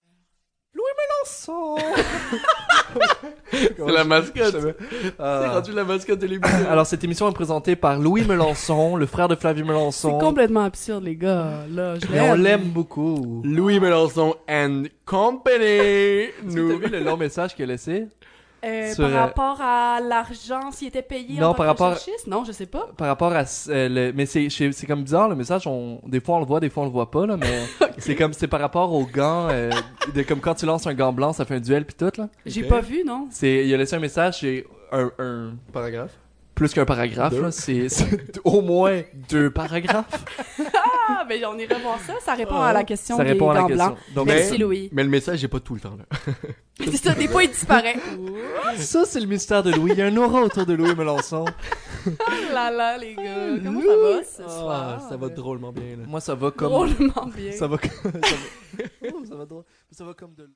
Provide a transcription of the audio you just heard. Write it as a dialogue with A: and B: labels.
A: Vincent
B: C'est la mascotte.
A: Je savais-
B: C'est
A: Euh,
B: rendu la mascotte de l'émission.
A: Alors, cette émission est présentée par Louis Melançon, le frère de Flavie
C: C'est
A: Melançon.
C: complètement absurde, les gars. Là, je
A: Mais on l'aime beaucoup.
B: Louis Melançon and Company.
A: Nous. T'as
B: Nous.
A: vu le long message qu'il a laissé
C: Euh,
A: Sur,
C: par
A: euh,
C: rapport à l'argent, s'il était payé
A: Non,
C: en tant
A: par
C: que
A: rapport-
C: recherchiste? Non, je sais pas.
A: par rapport à euh, le mais c'est c'est c'est comme bizarre le message on des fois on le voit des fois on le voit pas là mais c'est comme c'est par rapport au gant euh, de comme quand tu lances un gant blanc ça fait un duel puis tout là
C: J'ai
B: Ok.
C: pas vu, non?
A: c'est il a laissé un message c'est un, un
B: Paragraphe.
A: plus qu'un paragraphe
B: Deux.
A: là c'est c'est au moins deux paragraphes
C: Ah, ben on irait voir ça. Ça répond à la question
A: Oh. ça
C: des
A: répond à la
C: gants
A: question
C: blancs.
A: donc
B: Mais-
C: Merci, Louis.
B: Mais le message est pas tout le temps là.
C: C'est ça, des fois, il disparaît.
A: ça c'est le mystère de Louis il y a un aura autour de Louis Melançon
C: Oh là là, les gars. Comment ça va ce
B: Ah,
C: soir?
B: ça va drôlement bien là.
A: moi ça va Oh. comme
C: drôlement bien.
A: ça va comme- ça va, Oh, ça va drôle. ça va comme de